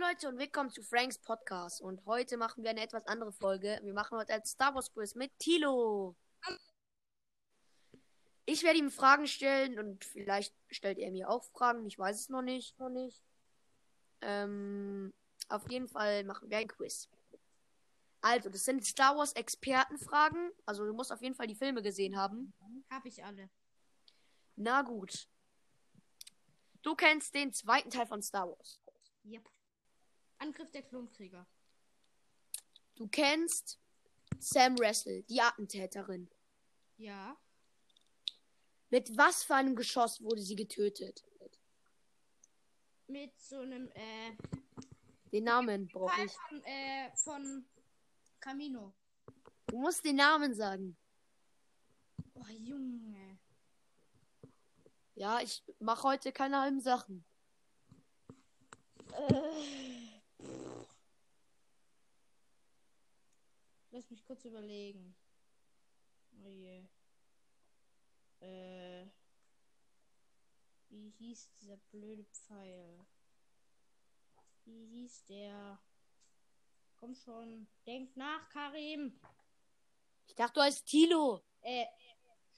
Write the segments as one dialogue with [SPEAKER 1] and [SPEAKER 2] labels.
[SPEAKER 1] Leute und willkommen zu Franks Podcast. Und heute machen wir eine etwas andere Folge. Wir machen heute ein Star Wars Quiz mit Tilo. Ich werde ihm Fragen stellen und vielleicht stellt er mir auch Fragen. Ich weiß es noch nicht. Noch nicht. Ähm, auf jeden Fall machen wir ein Quiz. Also, das sind Star Wars Expertenfragen. Also, du musst auf jeden Fall die Filme gesehen haben.
[SPEAKER 2] Hab ich alle.
[SPEAKER 1] Na gut. Du kennst den zweiten Teil von Star Wars.
[SPEAKER 2] Yep. Angriff der Klonkrieger.
[SPEAKER 1] Du kennst Sam Wrestle, die Attentäterin.
[SPEAKER 2] Ja.
[SPEAKER 1] Mit was für einem Geschoss wurde sie getötet?
[SPEAKER 2] Mit so einem, äh,
[SPEAKER 1] Den Namen brauche
[SPEAKER 2] Fall
[SPEAKER 1] Oh, ich.
[SPEAKER 2] von, äh, von Camino.
[SPEAKER 1] Du musst den Namen sagen.
[SPEAKER 2] Oh, Junge.
[SPEAKER 1] Ja, ich mache heute keine halben Sachen.
[SPEAKER 2] Äh. Lass mich kurz überlegen. Oh je. Äh. Wie hieß dieser blöde Pfeil? Wie hieß der? Komm schon. Denk nach, Karim.
[SPEAKER 1] Ich dachte, du heißt Tilo.
[SPEAKER 2] Äh,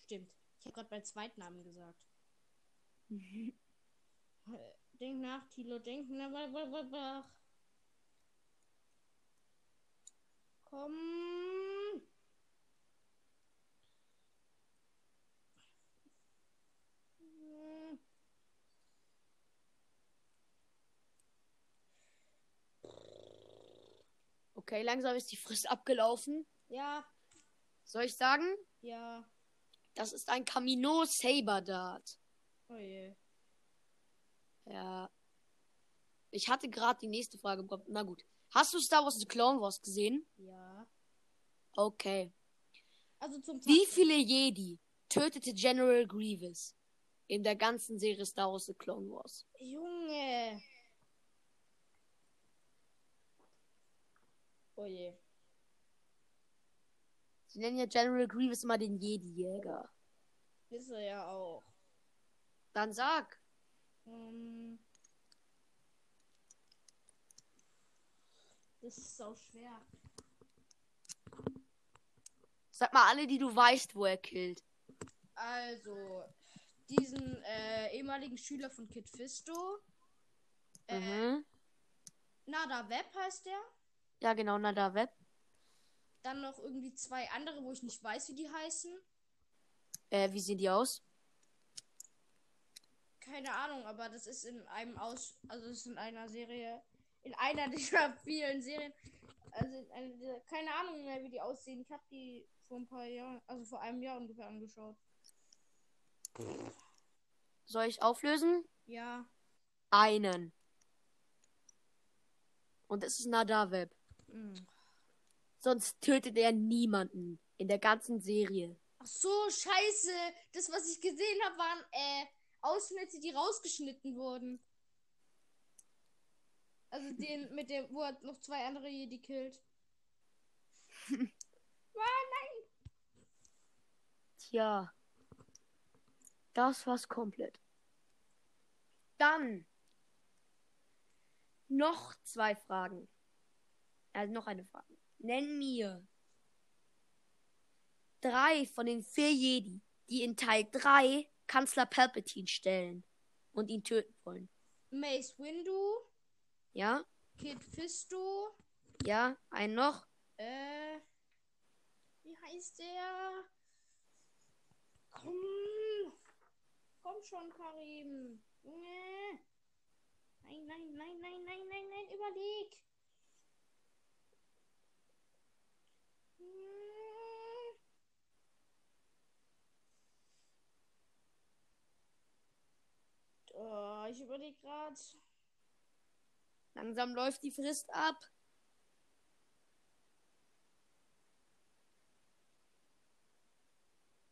[SPEAKER 2] stimmt. Ich habe gerade meinen Zweitnamen gesagt. Äh, Denk nach, Tilo, denk nach. wa- wa- wa- wa- Komm. Hm.
[SPEAKER 1] Okay, langsam ist die Frist abgelaufen.
[SPEAKER 2] Ja,
[SPEAKER 1] Soll ich sagen?
[SPEAKER 2] ja.
[SPEAKER 1] Das ist ein Camino Saber Dart.
[SPEAKER 2] Oh je.
[SPEAKER 1] Ja. Ich hatte gerade die nächste Frage im Kopf. Na gut. Hast du Star Wars The Clone Wars gesehen?
[SPEAKER 2] Ja.
[SPEAKER 1] Okay.
[SPEAKER 2] Also zum
[SPEAKER 1] Wie
[SPEAKER 2] zweiten-
[SPEAKER 1] viele Jedi tötete General Grievous in der ganzen Serie Star Wars The Clone Wars?
[SPEAKER 2] Junge. Oh je.
[SPEAKER 1] Sie nennen ja General Grievous immer den Jedi-Jäger.
[SPEAKER 2] Ist er ja auch.
[SPEAKER 1] Dann sag.
[SPEAKER 2] Ähm, das ist auch schwer.
[SPEAKER 1] Sag mal alle, die du weißt, wo er killt.
[SPEAKER 2] Also, diesen äh, ehemaligen Schüler von Kid Fisto. Äh,
[SPEAKER 1] Mhm.
[SPEAKER 2] Nada Web heißt der.
[SPEAKER 1] Ja, genau, Nada Web.
[SPEAKER 2] Dann noch irgendwie zwei andere, wo ich nicht weiß, wie die heißen.
[SPEAKER 1] Äh, wie sehen die aus?
[SPEAKER 2] Keine Ahnung, aber das ist in einem Aus. Also, das ist in einer Serie. In einer dieser vielen Serien. Also, in einer dieser, keine Ahnung mehr, wie die aussehen. Ich habe die vor ein paar Jahren, also vor einem Jahr ungefähr angeschaut.
[SPEAKER 1] Soll ich auflösen?
[SPEAKER 2] Ja.
[SPEAKER 1] Einen. Und es ist Nada Web.
[SPEAKER 2] Mm.
[SPEAKER 1] Sonst tötet er niemanden in der ganzen Serie.
[SPEAKER 2] Ach so, scheiße. Das, was ich gesehen habe, waren äh, Ausschnitte, die rausgeschnitten wurden. Also den, mit dem, wo er noch zwei andere Jedi killt.
[SPEAKER 1] Tja. Das war's komplett. Dann noch zwei Fragen. Also noch eine Frage. Nenn mir drei von den vier Jedi, die in Teil 3 Kanzler Palpatine stellen und ihn töten wollen.
[SPEAKER 2] Mace Windu,
[SPEAKER 1] Ja?
[SPEAKER 2] Kid Fisto,
[SPEAKER 1] Ja? Ein noch?
[SPEAKER 2] äh, wie heißt der? Komm, komm schon, Karim. Junge. Nein, nein, nein, nein, nein, nein, nein, überleg. Hm. Oh, ich überlege gerade.
[SPEAKER 1] Langsam läuft die Frist ab.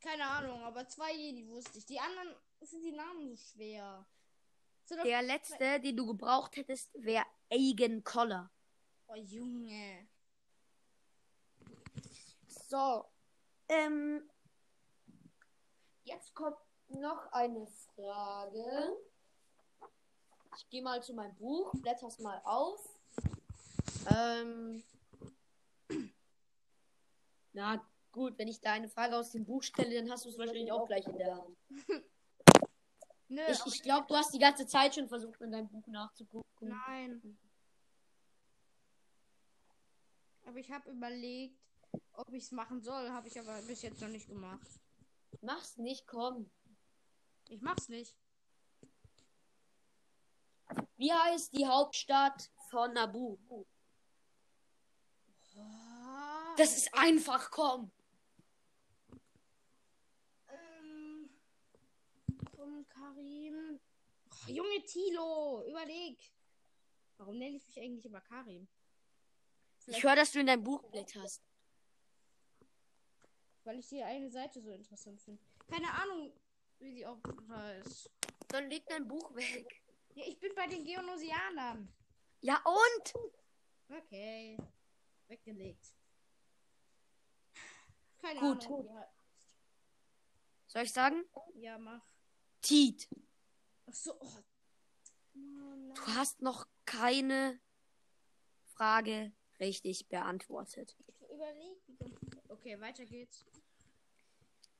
[SPEAKER 2] Keine Ahnung, aber zwei Jedi wusste ich. Die anderen sind die Namen so schwer. Sind doch-
[SPEAKER 1] Der letzte, den du gebraucht hättest, wäre Agen Collar.
[SPEAKER 2] Oh, Junge.
[SPEAKER 1] So. Ähm, jetzt kommt noch eine Frage. Ich gehe mal zu meinem Buch, blätter's mal auf. Ähm, na gut, wenn ich da eine Frage aus dem Buch stelle, dann hast du es wahrscheinlich auch gleich in der Hand.
[SPEAKER 2] Nö,
[SPEAKER 1] Ich, ich glaube, du hast die ganze Zeit schon versucht, in deinem Buch nachzugucken.
[SPEAKER 2] Nein. Aber ich habe überlegt, ob ich es machen soll. Habe ich aber bis jetzt noch nicht gemacht.
[SPEAKER 1] Mach's nicht, komm.
[SPEAKER 2] Ich mach's nicht.
[SPEAKER 1] Wie heißt die Hauptstadt von Nabu?
[SPEAKER 2] Boah.
[SPEAKER 1] Das ist einfach, komm.
[SPEAKER 2] Ähm, von Karim. Oh, Junge Tilo, überleg. Warum nenne ich mich eigentlich immer Karim?
[SPEAKER 1] Ich höre, dass du in deinem Buch blätterst. hast.
[SPEAKER 2] Weil ich die eine Seite so interessant finde. Keine Ahnung, wie die auch heißt.
[SPEAKER 1] Dann leg dein Buch weg.
[SPEAKER 2] Ja, ich bin bei den Geonosianern.
[SPEAKER 1] Ja und?
[SPEAKER 2] Okay. Weggelegt. Keine
[SPEAKER 1] Gut.
[SPEAKER 2] Ahnung. Ja,
[SPEAKER 1] Soll ich sagen?
[SPEAKER 2] ja, mach.
[SPEAKER 1] Tiet,
[SPEAKER 2] Ach so. Oh. Mann,
[SPEAKER 1] du hast noch keine Frage richtig beantwortet.
[SPEAKER 2] ich überleg. Okay, weiter geht's.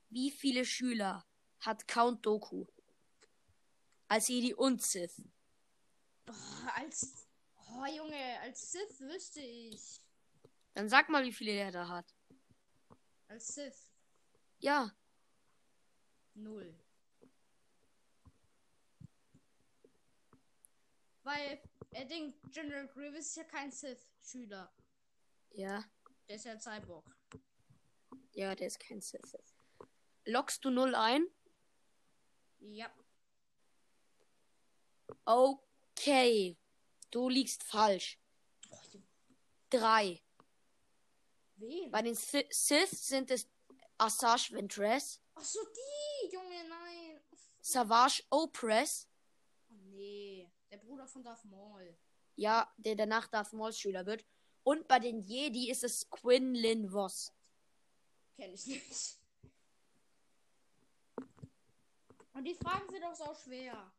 [SPEAKER 1] Wie viele Schüler hat Count Doku als Jedi und Sith?
[SPEAKER 2] Oh, als. Oh, Junge, als Sith wüsste ich.
[SPEAKER 1] Dann sag mal, wie viele der da hat.
[SPEAKER 2] Als Sith.
[SPEAKER 1] Ja,
[SPEAKER 2] Null. Weil er denkt, General Grievous ist ja kein Sith-Schüler.
[SPEAKER 1] ja,
[SPEAKER 2] Der ist ja ein Cyborg.
[SPEAKER 1] ja, der ist kein Sith. Lockst du null ein?
[SPEAKER 2] Ja.
[SPEAKER 1] Okay, du liegst falsch.
[SPEAKER 2] Oh, Junge.
[SPEAKER 1] Drei.
[SPEAKER 2] Wen?
[SPEAKER 1] Bei den Si- Sith sind es Asajj Ventress,
[SPEAKER 2] Ach so, die, Junge, nein.
[SPEAKER 1] Savage Opress,
[SPEAKER 2] Oh nee, der Bruder von Darth Maul.
[SPEAKER 1] Ja, der danach Darth Mauls Schüler wird. Und bei den Jedi ist es Quinlan Voss.
[SPEAKER 2] Kenn ich nicht. Und die Fragen sind auch so schwer.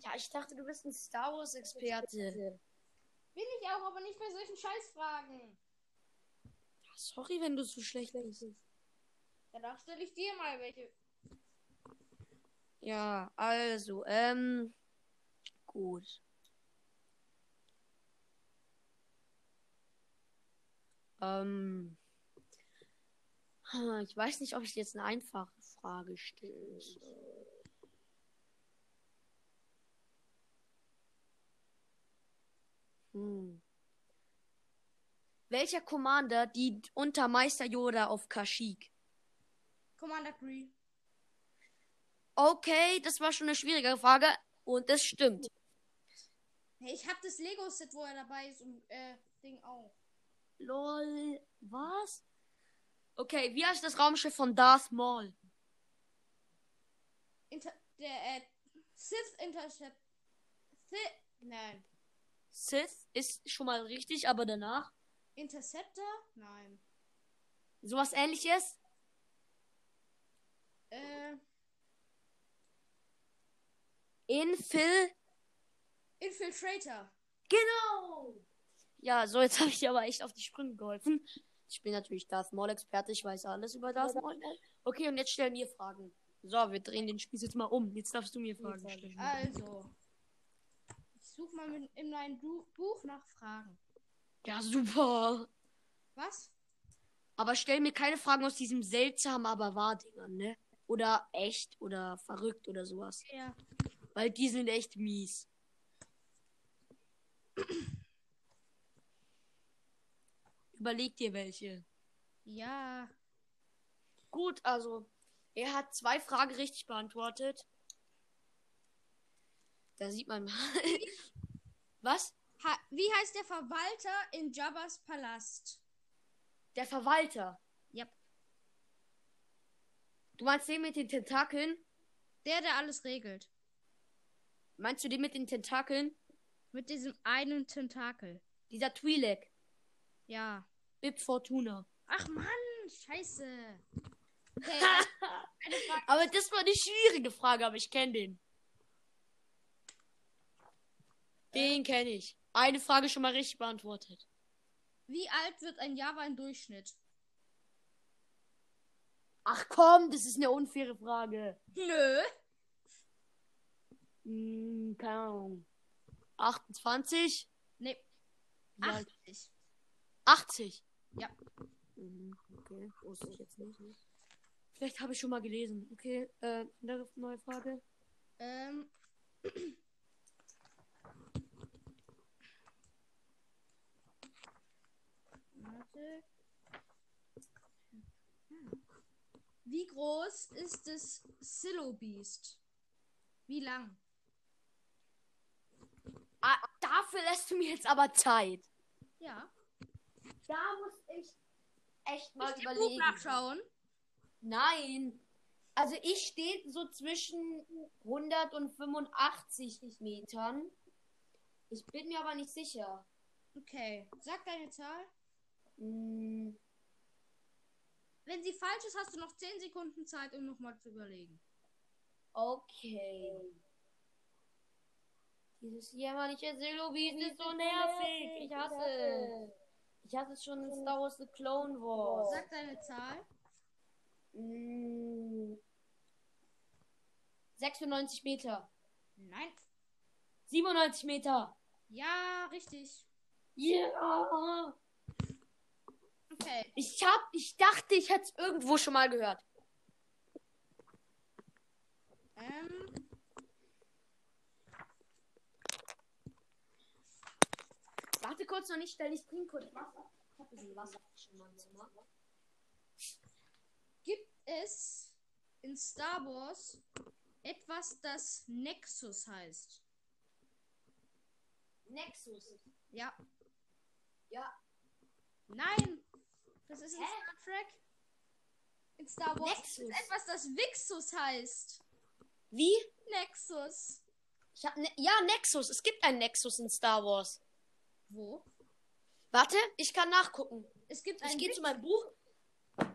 [SPEAKER 1] Ja, ich dachte, du bist ein Star Wars-Experte.
[SPEAKER 2] Bin ich auch, aber nicht bei solchen Scheißfragen.
[SPEAKER 1] Sorry, wenn du so schlecht bist.
[SPEAKER 2] Danach stelle ich dir mal welche.
[SPEAKER 1] Ja, also, ähm. Gut. Ähm. hm, Ich weiß nicht, ob ich dir jetzt eine einfache Frage stelle. Hm. Welcher Commander dient unter Meister Yoda auf Kashyyyk?
[SPEAKER 2] Commander Green.
[SPEAKER 1] Okay, das war schon eine schwierige Frage und das stimmt.
[SPEAKER 2] Hey, ich hab das Lego-Set, wo er dabei ist und äh, Ding auch.
[SPEAKER 1] Lol, was? Okay, wie heißt das Raumschiff von Darth Maul?
[SPEAKER 2] Inter der äh, Sith Intercept. Sith. Nein.
[SPEAKER 1] Sith ist schon mal richtig, aber danach
[SPEAKER 2] Interceptor? Nein.
[SPEAKER 1] sowas ähnliches?
[SPEAKER 2] Äh,
[SPEAKER 1] Infil?
[SPEAKER 2] Infiltrator.
[SPEAKER 1] Genau! Ja, so jetzt habe ich dir aber echt auf die Sprünge geholfen. Ich bin natürlich Darth Maul-Experte, ich weiß alles über Darth Maul. Okay, und jetzt stell mir Fragen. So, wir drehen den Spieß jetzt mal um. Jetzt halt. darfst du mir Fragen stellen.
[SPEAKER 2] Also. Ich suche mal mit, in meinem du Buch nach Fragen.
[SPEAKER 1] Ja, super.
[SPEAKER 2] Was?
[SPEAKER 1] Aber stell mir keine Fragen aus diesem seltsamen aber wahr Dingern, ne? Oder echt oder verrückt oder sowas.
[SPEAKER 2] Ja.
[SPEAKER 1] Weil die sind echt mies. Überleg dir welche.
[SPEAKER 2] Ja.
[SPEAKER 1] Gut, also er hat zwei Fragen richtig beantwortet. Da sieht man mal. Was?
[SPEAKER 2] Ha Wie heißt der Verwalter in Jabba's Palast?
[SPEAKER 1] Der Verwalter.
[SPEAKER 2] Ja.
[SPEAKER 1] Du meinst den mit den Tentakeln?
[SPEAKER 2] Der, der alles regelt.
[SPEAKER 1] Meinst du den mit den Tentakeln?
[SPEAKER 2] Mit diesem einen Tentakel.
[SPEAKER 1] Dieser Twi'lek.
[SPEAKER 2] Ja.
[SPEAKER 1] Bib Fortuna.
[SPEAKER 2] Ach Mann, scheiße. Okay,
[SPEAKER 1] Aber das war eine schwierige Frage, aber ich kenne den. Den kenne ich. Eine Frage schon mal richtig beantwortet.
[SPEAKER 2] Wie alt wird ein Java im Durchschnitt?
[SPEAKER 1] Ach komm, das ist eine unfaire Frage.
[SPEAKER 2] Nö.
[SPEAKER 1] Hm, keine Ahnung. 28?
[SPEAKER 2] Nee.
[SPEAKER 1] Wie alt?
[SPEAKER 2] 80.
[SPEAKER 1] 80?
[SPEAKER 2] Ja.
[SPEAKER 1] Mhm, okay, wusste ich jetzt nicht. ne? Vielleicht habe ich schon mal gelesen. Okay, äh, andere neue Frage.
[SPEAKER 2] Ähm. Warte. Wie groß ist das Silo Beast? Wie lang?
[SPEAKER 1] Ah, dafür lässt du mir jetzt aber Zeit.
[SPEAKER 2] Ja.
[SPEAKER 1] Da muss ich echt mal
[SPEAKER 2] Mal ich Buch
[SPEAKER 1] überlegen.
[SPEAKER 2] nachschauen.
[SPEAKER 1] Nein. Also ich stehe so zwischen 100 und 85 Metern. Ich bin mir aber nicht sicher.
[SPEAKER 2] Okay. Sag deine Zahl.
[SPEAKER 1] Hm,
[SPEAKER 2] Wenn sie falsch ist, hast du noch 10 Sekunden Zeit, um nochmal zu überlegen.
[SPEAKER 1] Okay. Dieses jämmerliche Silobin ist so nervig. Ich hasse es. Ich hasse es schon in Star Wars The Clone Wars.
[SPEAKER 2] Sag deine Zahl.
[SPEAKER 1] Mm. 96 Meter.
[SPEAKER 2] Nein.
[SPEAKER 1] 97 Meter.
[SPEAKER 2] Ja, richtig.
[SPEAKER 1] Ja.
[SPEAKER 2] Okay.
[SPEAKER 1] Ich hab, ich dachte, ich hätte es irgendwo schon mal gehört.
[SPEAKER 2] Ähm.
[SPEAKER 1] Warte kurz noch nicht, stell ich trinke kurz Wasser. Ich hab ein bisschen Wasser schon mal im Zimmer.
[SPEAKER 2] Gibt es in Star Wars etwas, das Nexus heißt?
[SPEAKER 1] Nexus.
[SPEAKER 2] Ja.
[SPEAKER 1] Ja.
[SPEAKER 2] Nein! Das ist in
[SPEAKER 1] Hä?
[SPEAKER 2] Star Trek. In Star Wars
[SPEAKER 1] Nexus.
[SPEAKER 2] gibt es etwas, das Vixus heißt.
[SPEAKER 1] Wie?
[SPEAKER 2] Nexus.
[SPEAKER 1] Ich hab ne ja, Nexus. Es gibt einen Nexus in Star Wars.
[SPEAKER 2] Wo?
[SPEAKER 1] Warte, ich kann nachgucken.
[SPEAKER 2] Es gibt
[SPEAKER 1] Ich
[SPEAKER 2] ein
[SPEAKER 1] gehe zu
[SPEAKER 2] Vix-
[SPEAKER 1] meinem Buch.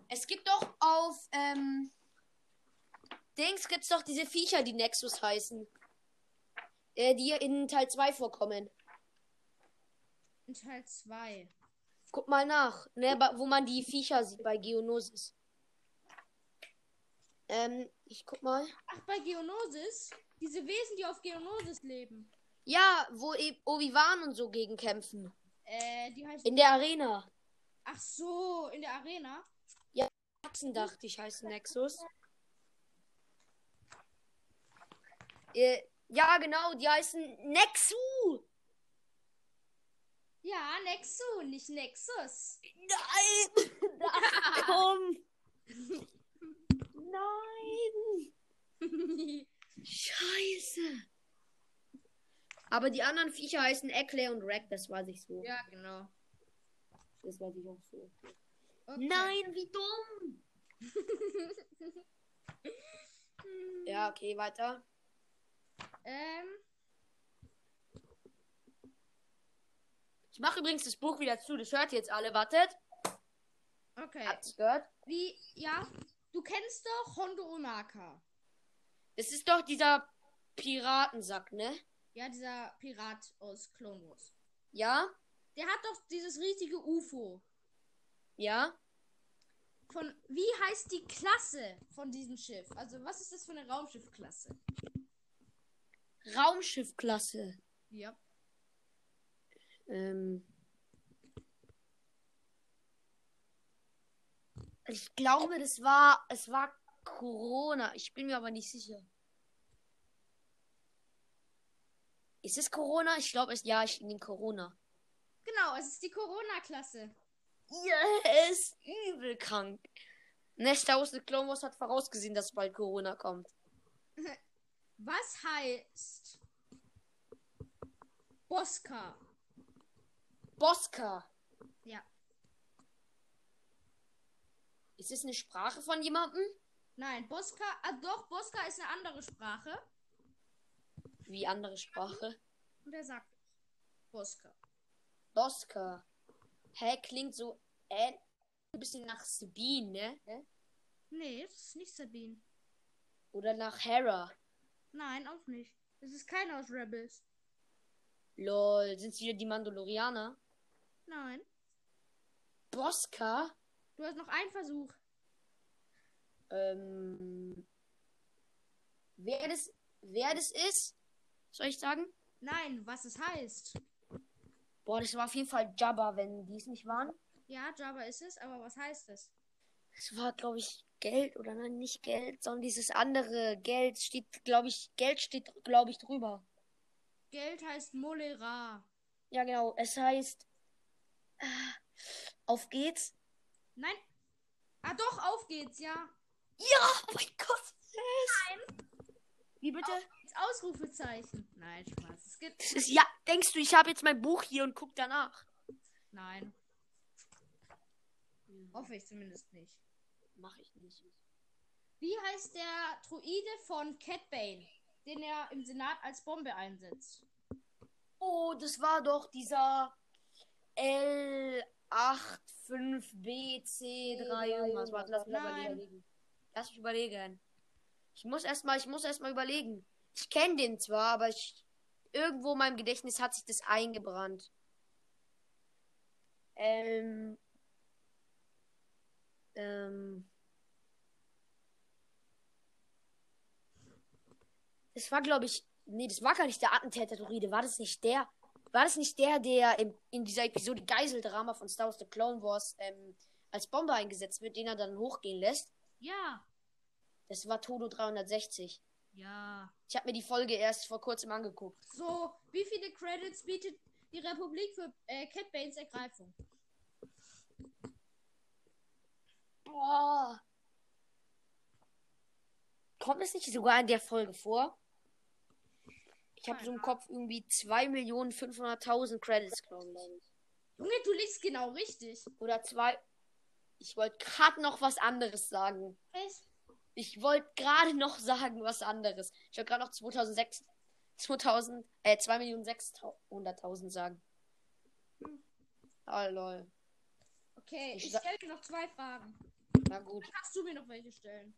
[SPEAKER 1] Es gibt doch auf ähm, Dings gibt's doch diese Viecher, die Nexus heißen. Äh, die in Teil 2 vorkommen.
[SPEAKER 2] in Teil 2.
[SPEAKER 1] Guck mal nach, ne, ba- wo man die Viecher sieht bei Geonosis. Ähm, ich guck mal.
[SPEAKER 2] Ach, bei Geonosis? Diese Wesen, die auf Geonosis leben.
[SPEAKER 1] Ja, wo eben Obi-Wan und so gegen kämpfen.
[SPEAKER 2] Äh, die heißen.
[SPEAKER 1] In der Arena.
[SPEAKER 2] Ach so, in der Arena.
[SPEAKER 1] Katzen dachte ich, heißt Nexus. Äh, ja, genau, die heißen Nexu.
[SPEAKER 2] Ja, Nexu, nicht Nexus.
[SPEAKER 1] Nein! Ach, komm! Nein! Scheiße! Aber die anderen Viecher heißen Eckley und Rack, das weiß ich so.
[SPEAKER 2] ja, genau.
[SPEAKER 1] Das weiß ich auch so.
[SPEAKER 2] Okay.
[SPEAKER 1] Nein, wie dumm! ja, okay, weiter.
[SPEAKER 2] Ähm,
[SPEAKER 1] Ich mache übrigens das Buch wieder zu, das hört ihr jetzt alle, wartet.
[SPEAKER 2] okay.
[SPEAKER 1] Habt ihr gehört?
[SPEAKER 2] Wie, ja, du kennst doch Hondo Onaka.
[SPEAKER 1] Das ist doch dieser Piratensack, ne?
[SPEAKER 2] Ja, dieser Pirat aus Clone Wars.
[SPEAKER 1] Ja?
[SPEAKER 2] Der hat doch dieses riesige UFO.
[SPEAKER 1] Ja?
[SPEAKER 2] Von, wie heißt die Klasse von diesem Schiff? Also, was ist das für eine Raumschiffklasse?
[SPEAKER 1] Raumschiffklasse.
[SPEAKER 2] Ja.
[SPEAKER 1] Ähm. Ich glaube, das war, es war Corona. Ich bin mir aber nicht sicher. Ist es Corona? Ich glaube, es ja, ich nehme Corona.
[SPEAKER 2] Genau, es ist die Corona-Klasse.
[SPEAKER 1] Yes, übel krank. Ne, Star Wars The Clone Wars hat vorausgesehen, dass bald Corona kommt.
[SPEAKER 2] Was heißt Bosca?
[SPEAKER 1] Bosca.
[SPEAKER 2] Ja.
[SPEAKER 1] Ist es eine Sprache von jemandem?
[SPEAKER 2] Nein, Bosca, ah doch, Bosca ist eine andere Sprache.
[SPEAKER 1] Wie andere Sprache?
[SPEAKER 2] Und er sagt Bosca.
[SPEAKER 1] Bosca. Hä, klingt so ähn- ein bisschen nach Sabine, ne?
[SPEAKER 2] Nee, das ist nicht Sabine.
[SPEAKER 1] Oder nach Hera.
[SPEAKER 2] Nein, auch nicht. Es ist keiner aus Rebels.
[SPEAKER 1] Lol, sind es wieder die Mandalorianer?
[SPEAKER 2] Nein.
[SPEAKER 1] Boska.
[SPEAKER 2] Du hast noch einen Versuch.
[SPEAKER 1] Ähm, wer, das, wer das ist, soll ich sagen?
[SPEAKER 2] Nein, was es heißt.
[SPEAKER 1] Boah, das war auf jeden Fall Jabba, wenn die es nicht waren.
[SPEAKER 2] Ja, Java ist es, aber was heißt es?
[SPEAKER 1] Es war, glaube ich, Geld oder nein, nicht Geld, sondern dieses andere Geld steht, glaube ich, Geld steht, glaube ich, drüber.
[SPEAKER 2] Geld heißt Molera.
[SPEAKER 1] Ja, genau. Es heißt, äh, auf geht's.
[SPEAKER 2] Nein. Ah doch, auf geht's, ja.
[SPEAKER 1] Oh mein Gott. Wie bitte?
[SPEAKER 2] Jetzt Ausrufezeichen. Nein, Spaß. Es gibt.
[SPEAKER 1] Das ist, ja, denkst du, ich habe jetzt mein Buch hier und guck danach?
[SPEAKER 2] Nein. Hoffe ich zumindest nicht.
[SPEAKER 1] Mache ich nicht.
[SPEAKER 2] Wie heißt der Druide von Catbane, den er im Senat als Bombe einsetzt?
[SPEAKER 1] Oh, das war doch dieser L85BC3 irgendwas. Warte, lass mich
[SPEAKER 2] Nein.
[SPEAKER 1] überlegen. Lass mich überlegen. Ich muss erstmal, ich muss erstmal überlegen. Ich kenne den zwar, aber ich, irgendwo in meinem Gedächtnis hat sich das eingebrannt. Ähm. Ähm. Das war, glaube ich. Nee, das war gar nicht der Attentäter Druide. War das nicht der? War das nicht der, der im, in dieser Episode Geiseldrama von Star Wars The Clone Wars ähm, als Bombe eingesetzt wird, den er dann hochgehen lässt?
[SPEAKER 2] Ja.
[SPEAKER 1] Das war Todo 360.
[SPEAKER 2] Ja.
[SPEAKER 1] Ich habe mir die Folge erst vor kurzem angeguckt.
[SPEAKER 2] So, wie viele Credits bietet die Republik für äh, Catbanes Ergreifung?
[SPEAKER 1] Boah. Kommt es nicht sogar in der Folge vor? Ich habe so im Kopf irgendwie 2.500.000 Credits, glaube ich.
[SPEAKER 2] Junge, du liegst genau richtig.
[SPEAKER 1] Oder zwei. Ich wollte gerade noch was anderes sagen.
[SPEAKER 2] Was?
[SPEAKER 1] Ich wollte gerade noch sagen was anderes. Ich wollte gerade noch 2006, 2000, äh, 2.600.000 sagen. Ah, lol.
[SPEAKER 2] Okay,
[SPEAKER 1] Ich
[SPEAKER 2] ich
[SPEAKER 1] sa-
[SPEAKER 2] stelle dir noch zwei Fragen.
[SPEAKER 1] Na gut.
[SPEAKER 2] Kannst du mir noch welche stellen?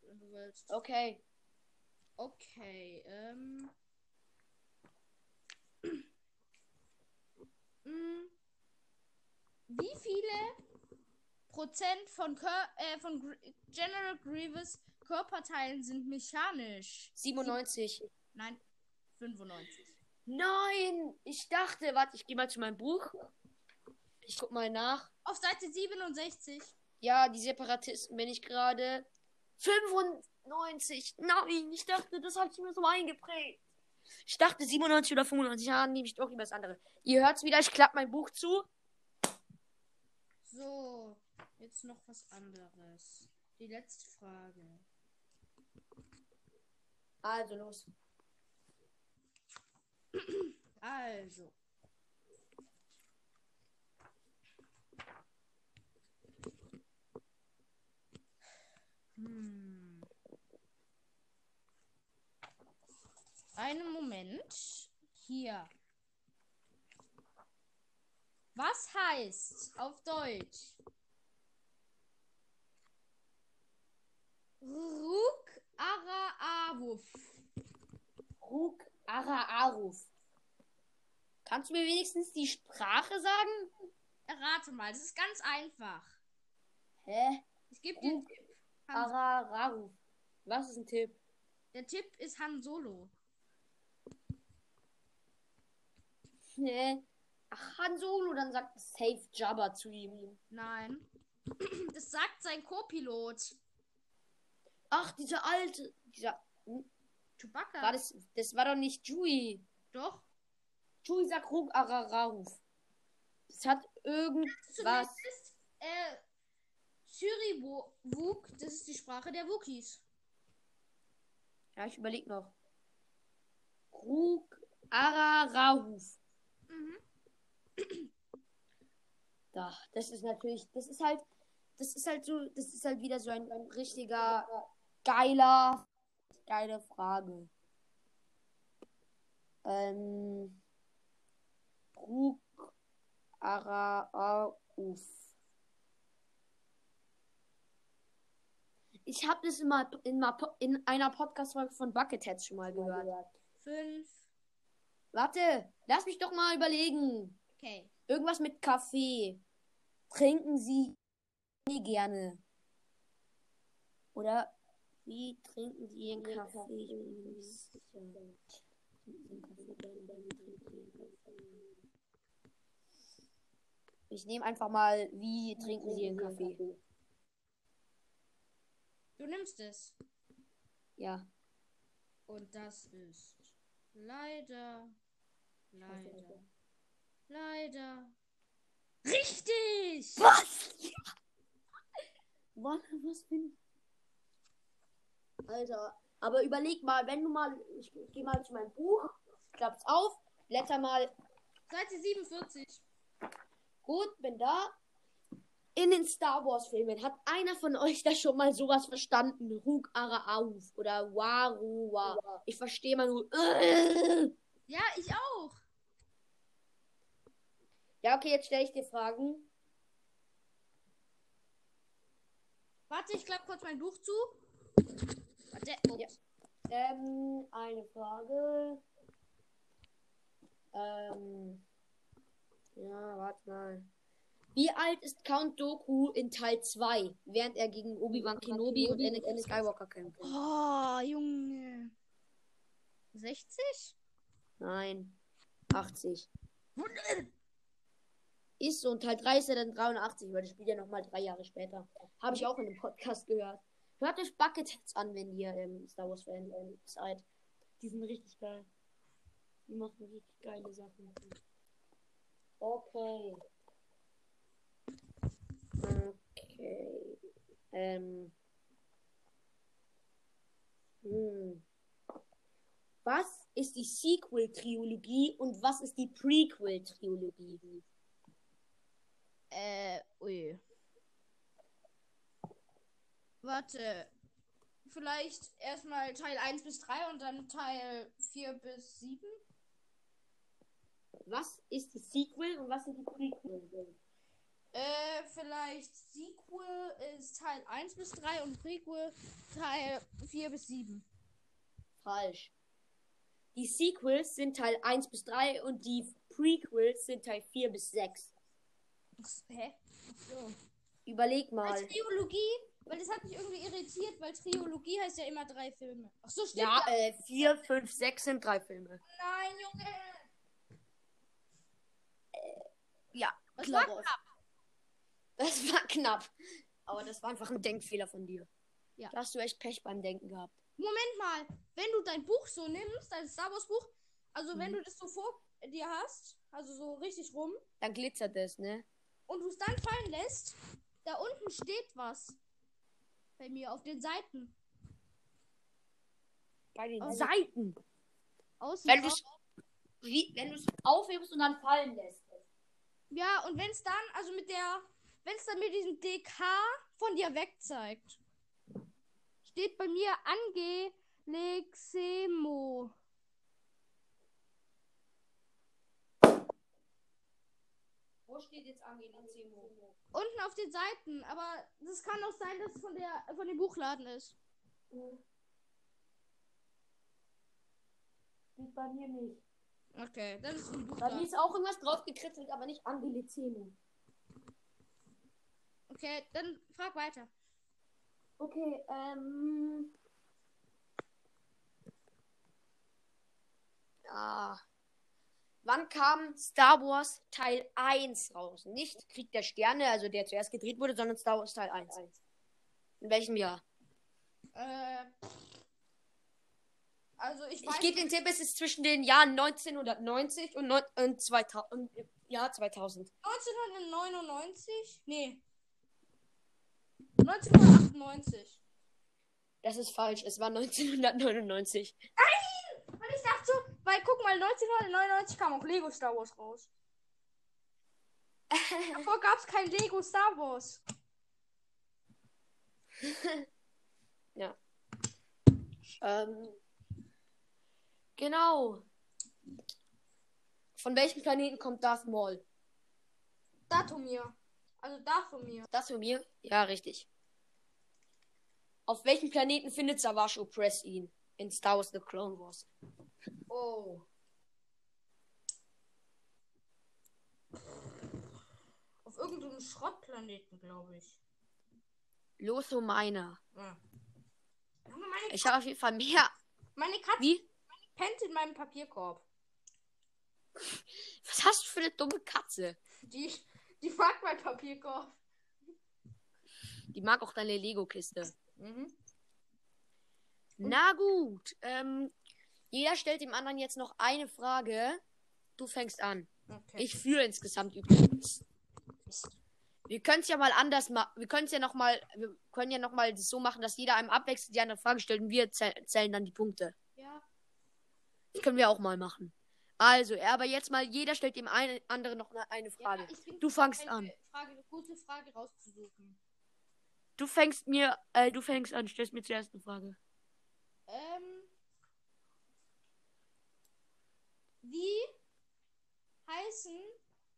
[SPEAKER 2] Wenn du willst.
[SPEAKER 1] Okay.
[SPEAKER 2] Okay, ähm. Mm. Wie viele Prozent von, Kör äh, von Gr General Grievous Körperteilen sind mechanisch?
[SPEAKER 1] 97.
[SPEAKER 2] Nein, 95.
[SPEAKER 1] Nein, ich dachte, warte, ich gehe mal zu meinem Buch. Ich guck mal nach.
[SPEAKER 2] Auf Seite 67.
[SPEAKER 1] Ja, die Separatisten bin ich gerade. 95. Nein, ich dachte, das habe ich mir so eingeprägt. Ich dachte 97 oder 95. Ja, nehme ich doch lieber das andere. Ihr hört's wieder, ich klappe mein Buch zu.
[SPEAKER 2] So, jetzt noch was anderes. Die letzte Frage.
[SPEAKER 1] Also los.
[SPEAKER 2] Also. Hm. Einen Moment. Hier. Was heißt auf Deutsch? Ruk ara awuf.
[SPEAKER 1] Ruk Ara Aruf. Kannst du mir wenigstens die Sprache sagen?
[SPEAKER 2] Errate mal, das ist ganz einfach.
[SPEAKER 1] Hä?
[SPEAKER 2] Ich gebe dir einen
[SPEAKER 1] Ruk
[SPEAKER 2] Tipp. Han
[SPEAKER 1] Ara Aruf. Was ist ein Tipp?
[SPEAKER 2] der Tipp ist Han Solo.
[SPEAKER 1] Nee. Ach, Han Solo, dann sagt Safe Jabba zu ihm.
[SPEAKER 2] Nein. Das sagt sein Co-Pilot.
[SPEAKER 1] Ach, dieser alte. Dieser,
[SPEAKER 2] Chewbacca.
[SPEAKER 1] war das, das war doch nicht Chewie.
[SPEAKER 2] Doch.
[SPEAKER 1] Chewie sagt Ruk Arararuf. Das hat irgendwas.
[SPEAKER 2] Zumindest, äh, Syriwuk, das ist die Sprache der Wookies.
[SPEAKER 1] Ja, ich überleg noch. Ruk Arararuf.
[SPEAKER 2] Mhm.
[SPEAKER 1] Da, das ist natürlich, das ist halt, das ist halt so, das ist halt wieder so ein, ein richtiger geiler, geile Frage. Ähm, Ruk Arauf. Ich habe das immer in, ma- in einer Podcast-Folge von Bucketheads schon mal gehört.
[SPEAKER 2] Fünf.
[SPEAKER 1] Warte, lass mich doch mal überlegen.
[SPEAKER 2] Okay.
[SPEAKER 1] Irgendwas mit Kaffee.
[SPEAKER 3] trinken Sie Kaffee gerne? Oder
[SPEAKER 1] Wie trinken die ihren Kaffee? Ich bin mir nicht sicher.
[SPEAKER 3] ich nehme einfach mal, wie trinken Sie Ihren Kaffee?
[SPEAKER 2] Du nimmst es.
[SPEAKER 3] Ja.
[SPEAKER 2] Und das ist leider, leider, leider richtig.
[SPEAKER 3] Was? Warte, was bin
[SPEAKER 1] Alter, aber überleg mal, wenn du mal, ich, ich geh mal zu meinem Buch, klapp's auf, blätter mal,
[SPEAKER 2] Seite 47.
[SPEAKER 1] gut, bin da. In den Star Wars Filmen hat einer von euch da schon mal sowas verstanden? Hug ara auf oder waru wa. Ich verstehe mal nur. äh.
[SPEAKER 2] Ja, ich auch.
[SPEAKER 1] Ja, okay, jetzt stelle ich dir Fragen.
[SPEAKER 2] Warte, ich klappe kurz mein Buch zu. Warte. Oh.
[SPEAKER 1] Ja. Ähm, eine Frage. Ähm, ja, warte mal. Wie alt ist Count Doku in Teil 2, während er gegen Obi-Wan Kenobi und Anakin Skywalker kämpft?
[SPEAKER 2] Oh, Junge. 60?
[SPEAKER 1] Nein, 80. Ist so, und Teil 3 ist ja dann 83, weil das spielt ja nochmal drei Jahre später. Habe ich auch in einem Podcast gehört. Hört euch Bucketheads an, wenn ihr ähm, Star Wars-Fan ähm, seid. Die sind richtig geil. Die machen richtig geile Sachen. Okay. Okay. Ähm. Hm. Was ist die Sequel-Trilogie und was ist die Prequel-Trilogie?
[SPEAKER 2] Äh, ui. Warte. Vielleicht erstmal Teil 1 bis 3 und dann Teil 4 bis 7?
[SPEAKER 1] Was ist die Sequel und was sind die Prequel?
[SPEAKER 2] Äh, vielleicht Sequel ist Teil 1 bis 3 und Prequel Teil 4 bis 7.
[SPEAKER 1] Falsch. Die Sequels sind Teil 1 bis 3 und die Prequels sind Teil 4 bis 6.
[SPEAKER 2] Hä? So.
[SPEAKER 1] Überleg mal.
[SPEAKER 2] Als Trilogie? Weil das hat mich irgendwie irritiert, weil Trilogie heißt ja immer drei Filme. Ach so, stimmt.
[SPEAKER 1] Ja, äh, 4, 5, 6 sind drei Filme.
[SPEAKER 2] Nein, Junge.
[SPEAKER 1] Ja,
[SPEAKER 2] Was
[SPEAKER 1] klar.
[SPEAKER 2] war
[SPEAKER 1] Das war knapp. Aber das war einfach ein Denkfehler von dir.
[SPEAKER 2] Ja.
[SPEAKER 1] Da hast du echt Pech beim Denken gehabt.
[SPEAKER 2] Moment mal, wenn du dein Buch so nimmst, dein Star Wars Buch, also wenn
[SPEAKER 1] Mhm.
[SPEAKER 2] du das so vor dir hast, also so richtig rum,
[SPEAKER 1] Dann glitzert es, ne?
[SPEAKER 2] und du es dann fallen lässt, da unten steht was. Bei mir auf den Seiten.
[SPEAKER 1] Bei den
[SPEAKER 2] Oh.
[SPEAKER 1] Seiten.
[SPEAKER 2] Außen
[SPEAKER 1] Wenn du
[SPEAKER 2] drauf.
[SPEAKER 1] es wenn du's aufhebst und dann fallen lässt.
[SPEAKER 2] Ja, und wenn es dann, also mit der, wenn es dann mit diesem DK von dir wegzeigt, steht bei mir Angelexemo.
[SPEAKER 1] Wo steht jetzt Angelizimo?
[SPEAKER 2] Unten auf den Seiten, aber das kann auch sein, dass es von, der, von dem Buchladen ist.
[SPEAKER 1] Steht bei mir nicht.
[SPEAKER 2] Okay, dann ist es vom
[SPEAKER 1] Bei mir
[SPEAKER 2] Buchladen.
[SPEAKER 1] ist auch irgendwas drauf gekritzelt, aber nicht Angelizimo.
[SPEAKER 2] Okay, dann frag weiter.
[SPEAKER 1] Okay, ähm. Ah. Wann kam Star Wars Teil 1 raus? Nicht Krieg der Sterne, also der zuerst gedreht wurde, sondern Star Wars Teil 1. In welchem Jahr?
[SPEAKER 2] Äh, also ich weiß
[SPEAKER 1] Ich gebe den Tipp, es ist zwischen den Jahren 1990 und, neun- und 2000, und im Jahr 2000.
[SPEAKER 2] 1999? Nee. 1998.
[SPEAKER 1] Das ist falsch, es war 1999.
[SPEAKER 2] Und ich dachte so, weil guck mal, 1999 kam auch Lego Star Wars raus. Davor gab es kein Lego Star Wars.
[SPEAKER 1] Ähm, genau. Von welchem Planeten kommt Darth Maul?
[SPEAKER 2] Datumir. Also da von mir.
[SPEAKER 1] Das von mir? Ja, richtig. Auf welchem Planeten findet Savage Opress ihn? In Star Wars The Clone Wars.
[SPEAKER 2] Oh. Auf irgendeinem Schrottplaneten, glaube ich.
[SPEAKER 1] Lotho Miner.
[SPEAKER 2] Ja. Junge, meine,
[SPEAKER 1] Ich habe auf jeden Fall mehr.
[SPEAKER 2] meine Katze
[SPEAKER 1] Wie?
[SPEAKER 2] pennt in meinem Papierkorb.
[SPEAKER 1] Was hast du für eine dumme Katze?
[SPEAKER 2] Die, die mag mein Papierkorb.
[SPEAKER 1] Die mag auch deine Lego-Kiste.
[SPEAKER 2] Mhm.
[SPEAKER 1] Na gut. Ähm, jeder stellt dem anderen jetzt noch eine Frage. Du fängst an.
[SPEAKER 2] Okay.
[SPEAKER 1] Ich führe insgesamt übrigens. Wir können es ja mal anders machen. Wir können es ja noch mal, wir können ja noch mal das so machen, dass jeder einem abwechselnd die andere Frage stellt und wir zäh zählen dann die Punkte.
[SPEAKER 2] ja.
[SPEAKER 1] Das können wir auch mal machen. Also, aber jetzt mal, jeder stellt dem einen anderen noch eine- eine
[SPEAKER 2] ja,
[SPEAKER 1] Frage.
[SPEAKER 2] ich bin
[SPEAKER 1] Du fangst
[SPEAKER 2] eine
[SPEAKER 1] an.
[SPEAKER 2] Frage, eine gute Frage rauszusuchen.
[SPEAKER 1] Du fängst mir, äh, du fängst an, stellst mir zuerst eine Frage.
[SPEAKER 2] Ähm, wie heißen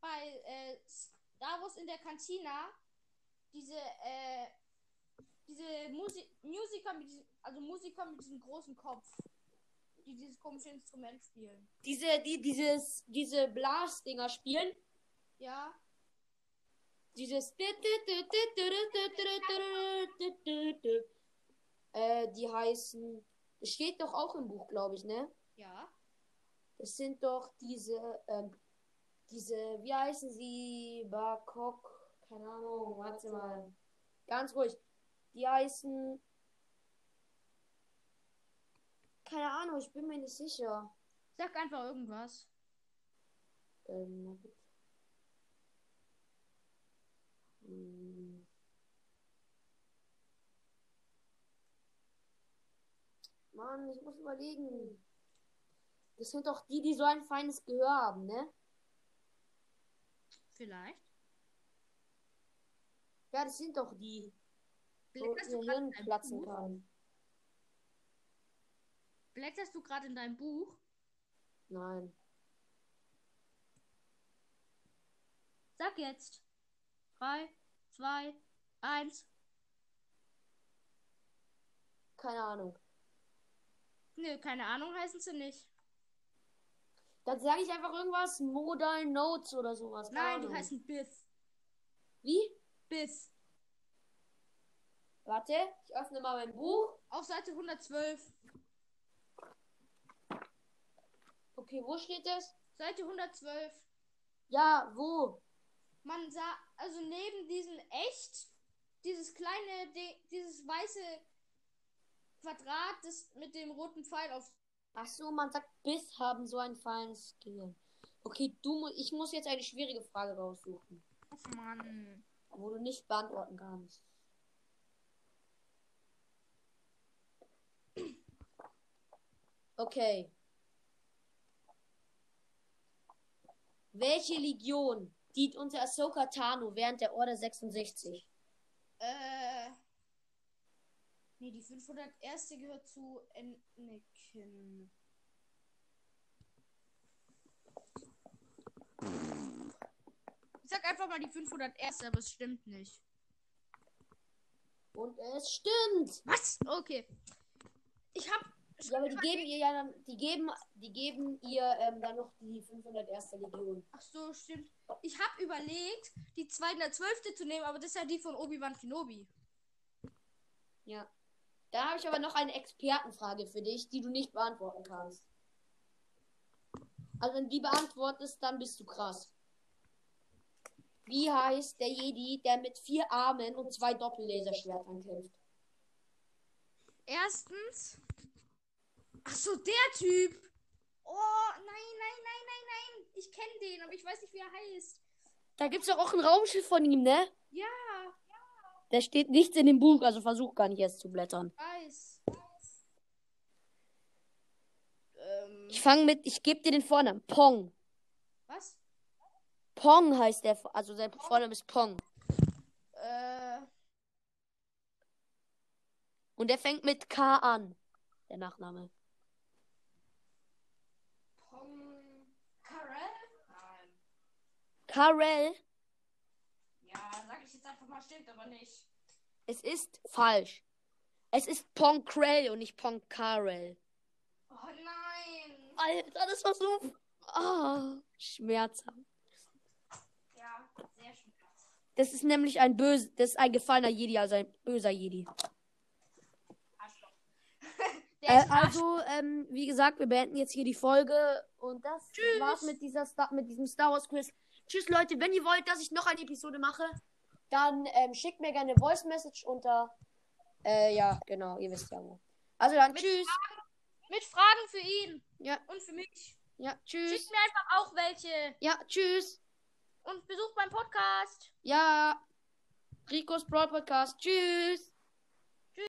[SPEAKER 2] bei äh, Star Wars in der Kantina diese, äh, diese Musi Musiker, mit diesem, also Musiker mit diesem großen Kopf, die dieses komische Instrument spielen?
[SPEAKER 1] Diese, die, dieses, diese Blasdinger spielen,
[SPEAKER 2] Ja,
[SPEAKER 1] dieses. Äh, die heißen. Das steht doch auch im Buch, glaube ich, ne?
[SPEAKER 2] ja.
[SPEAKER 1] Das sind doch diese, ähm, diese, wie heißen sie? Bakok, keine Ahnung, warte mal. Ganz ruhig. Die heißen. Keine Ahnung, ich bin mir nicht sicher.
[SPEAKER 2] Sag einfach irgendwas.
[SPEAKER 1] Ähm, na gut. Hm. Mann, ich muss überlegen. Das sind doch die, die so ein feines Gehör haben, ne?
[SPEAKER 2] Vielleicht.
[SPEAKER 1] Ja, das sind doch die, wo
[SPEAKER 2] Blätterst
[SPEAKER 1] ihr
[SPEAKER 2] du gerade
[SPEAKER 1] Hirn
[SPEAKER 2] in deinem
[SPEAKER 1] platzen
[SPEAKER 2] Buch?
[SPEAKER 1] kann.
[SPEAKER 2] Blätterst du gerade in deinem Buch?
[SPEAKER 1] Nein.
[SPEAKER 2] Sag jetzt. Drei, zwei, eins.
[SPEAKER 1] Keine Ahnung.
[SPEAKER 2] Nö, keine Ahnung heißen sie nicht.
[SPEAKER 1] Dann sage ich einfach irgendwas, Modal Notes oder sowas. keine
[SPEAKER 2] Nein, die
[SPEAKER 1] Ahnung.
[SPEAKER 2] heißen Biff.
[SPEAKER 1] Wie?
[SPEAKER 2] Biff.
[SPEAKER 1] Warte, ich öffne mal mein Buch.
[SPEAKER 2] Auf Seite 112.
[SPEAKER 1] Okay, wo steht es?
[SPEAKER 2] Seite 112.
[SPEAKER 1] Ja, wo?
[SPEAKER 2] Man sah, also neben diesen echt, dieses kleine, Di- dieses weiße Quadrat das mit dem roten Pfeil auf.
[SPEAKER 1] Ach so, man sagt, Biss haben so ein feines Gehirn. Okay, du, mu- ich muss jetzt eine schwierige Frage raussuchen,
[SPEAKER 2] Ach Oh Mann.
[SPEAKER 1] wo du nicht beantworten kannst. Okay. Welche Legion dient unter Ahsoka Tano während der Order 66?
[SPEAKER 2] Äh. Nee, die 501. gehört zu Anakin. Ich sag einfach mal die 501., aber es stimmt nicht.
[SPEAKER 1] Und es stimmt!
[SPEAKER 2] Was? Okay. Ich hab.
[SPEAKER 1] Ja, aber die geben ihr ja dann, die geben, die geben ihr ähm, dann noch die 501. Legion.
[SPEAKER 2] Ach so, stimmt. Ich hab überlegt, die 212. zu nehmen, aber das ist ja die von Obi-Wan Kenobi.
[SPEAKER 1] Ja. Da habe ich aber noch eine Expertenfrage für dich, die du nicht beantworten kannst. Also wenn du die beantwortest, dann bist du krass. Wie heißt der Jedi, der mit vier Armen und zwei Doppellaserschwertern kämpft?
[SPEAKER 2] Erstens. Ach so, der Typ. Oh, nein, nein, nein, nein, nein. Ich kenne den, aber ich weiß nicht, wie er heißt.
[SPEAKER 1] Da gibt's doch auch ein Raumschiff von ihm, ne?
[SPEAKER 2] Ja,
[SPEAKER 1] Da steht nichts in dem Buch, also versuch gar nicht erst zu blättern.
[SPEAKER 2] weiß. Ähm,
[SPEAKER 1] Ich fange mit, ich gebe dir den Vornamen. Pong.
[SPEAKER 2] was?
[SPEAKER 1] Pong heißt der, also sein Vorname ist Pong.
[SPEAKER 2] Äh,
[SPEAKER 1] Und der fängt mit K an. Der Nachname.
[SPEAKER 2] Pom. Karel? Nein.
[SPEAKER 1] Karel,
[SPEAKER 2] Ja, sag ich jetzt einfach mal, stimmt aber nicht.
[SPEAKER 1] es ist falsch. Es ist Ponkrell und nicht Ponkarel.
[SPEAKER 2] Oh nein.
[SPEAKER 1] Alter, das war so ah, schmerzhaft.
[SPEAKER 2] Ja, sehr schön.
[SPEAKER 1] Das ist nämlich ein böse, das ist ein gefallener Jedi, also ein böser Jedi.
[SPEAKER 2] Der
[SPEAKER 1] Äh,
[SPEAKER 2] ist also,
[SPEAKER 1] also, ähm, wie gesagt, wir beenden jetzt hier die Folge und das
[SPEAKER 2] Tschüss.
[SPEAKER 1] war's mit, dieser Star mit diesem Star Wars Quiz. Tschüss, Leute. Wenn ihr wollt, dass ich noch eine Episode mache, dann ähm, schickt mir gerne eine Voice Message unter. Äh, ja, genau, ihr wisst ja wo. Also dann,
[SPEAKER 2] Mit-
[SPEAKER 1] tschüss.
[SPEAKER 2] mit Fragen für ihn.
[SPEAKER 1] Ja.
[SPEAKER 2] Und für mich.
[SPEAKER 1] Ja,
[SPEAKER 2] Schickt
[SPEAKER 1] tschüss.
[SPEAKER 2] mir einfach auch welche.
[SPEAKER 1] Ja, tschüss.
[SPEAKER 2] Und besucht meinen Podcast.
[SPEAKER 1] Ja. Ricos Brawl Podcast. Tschüss.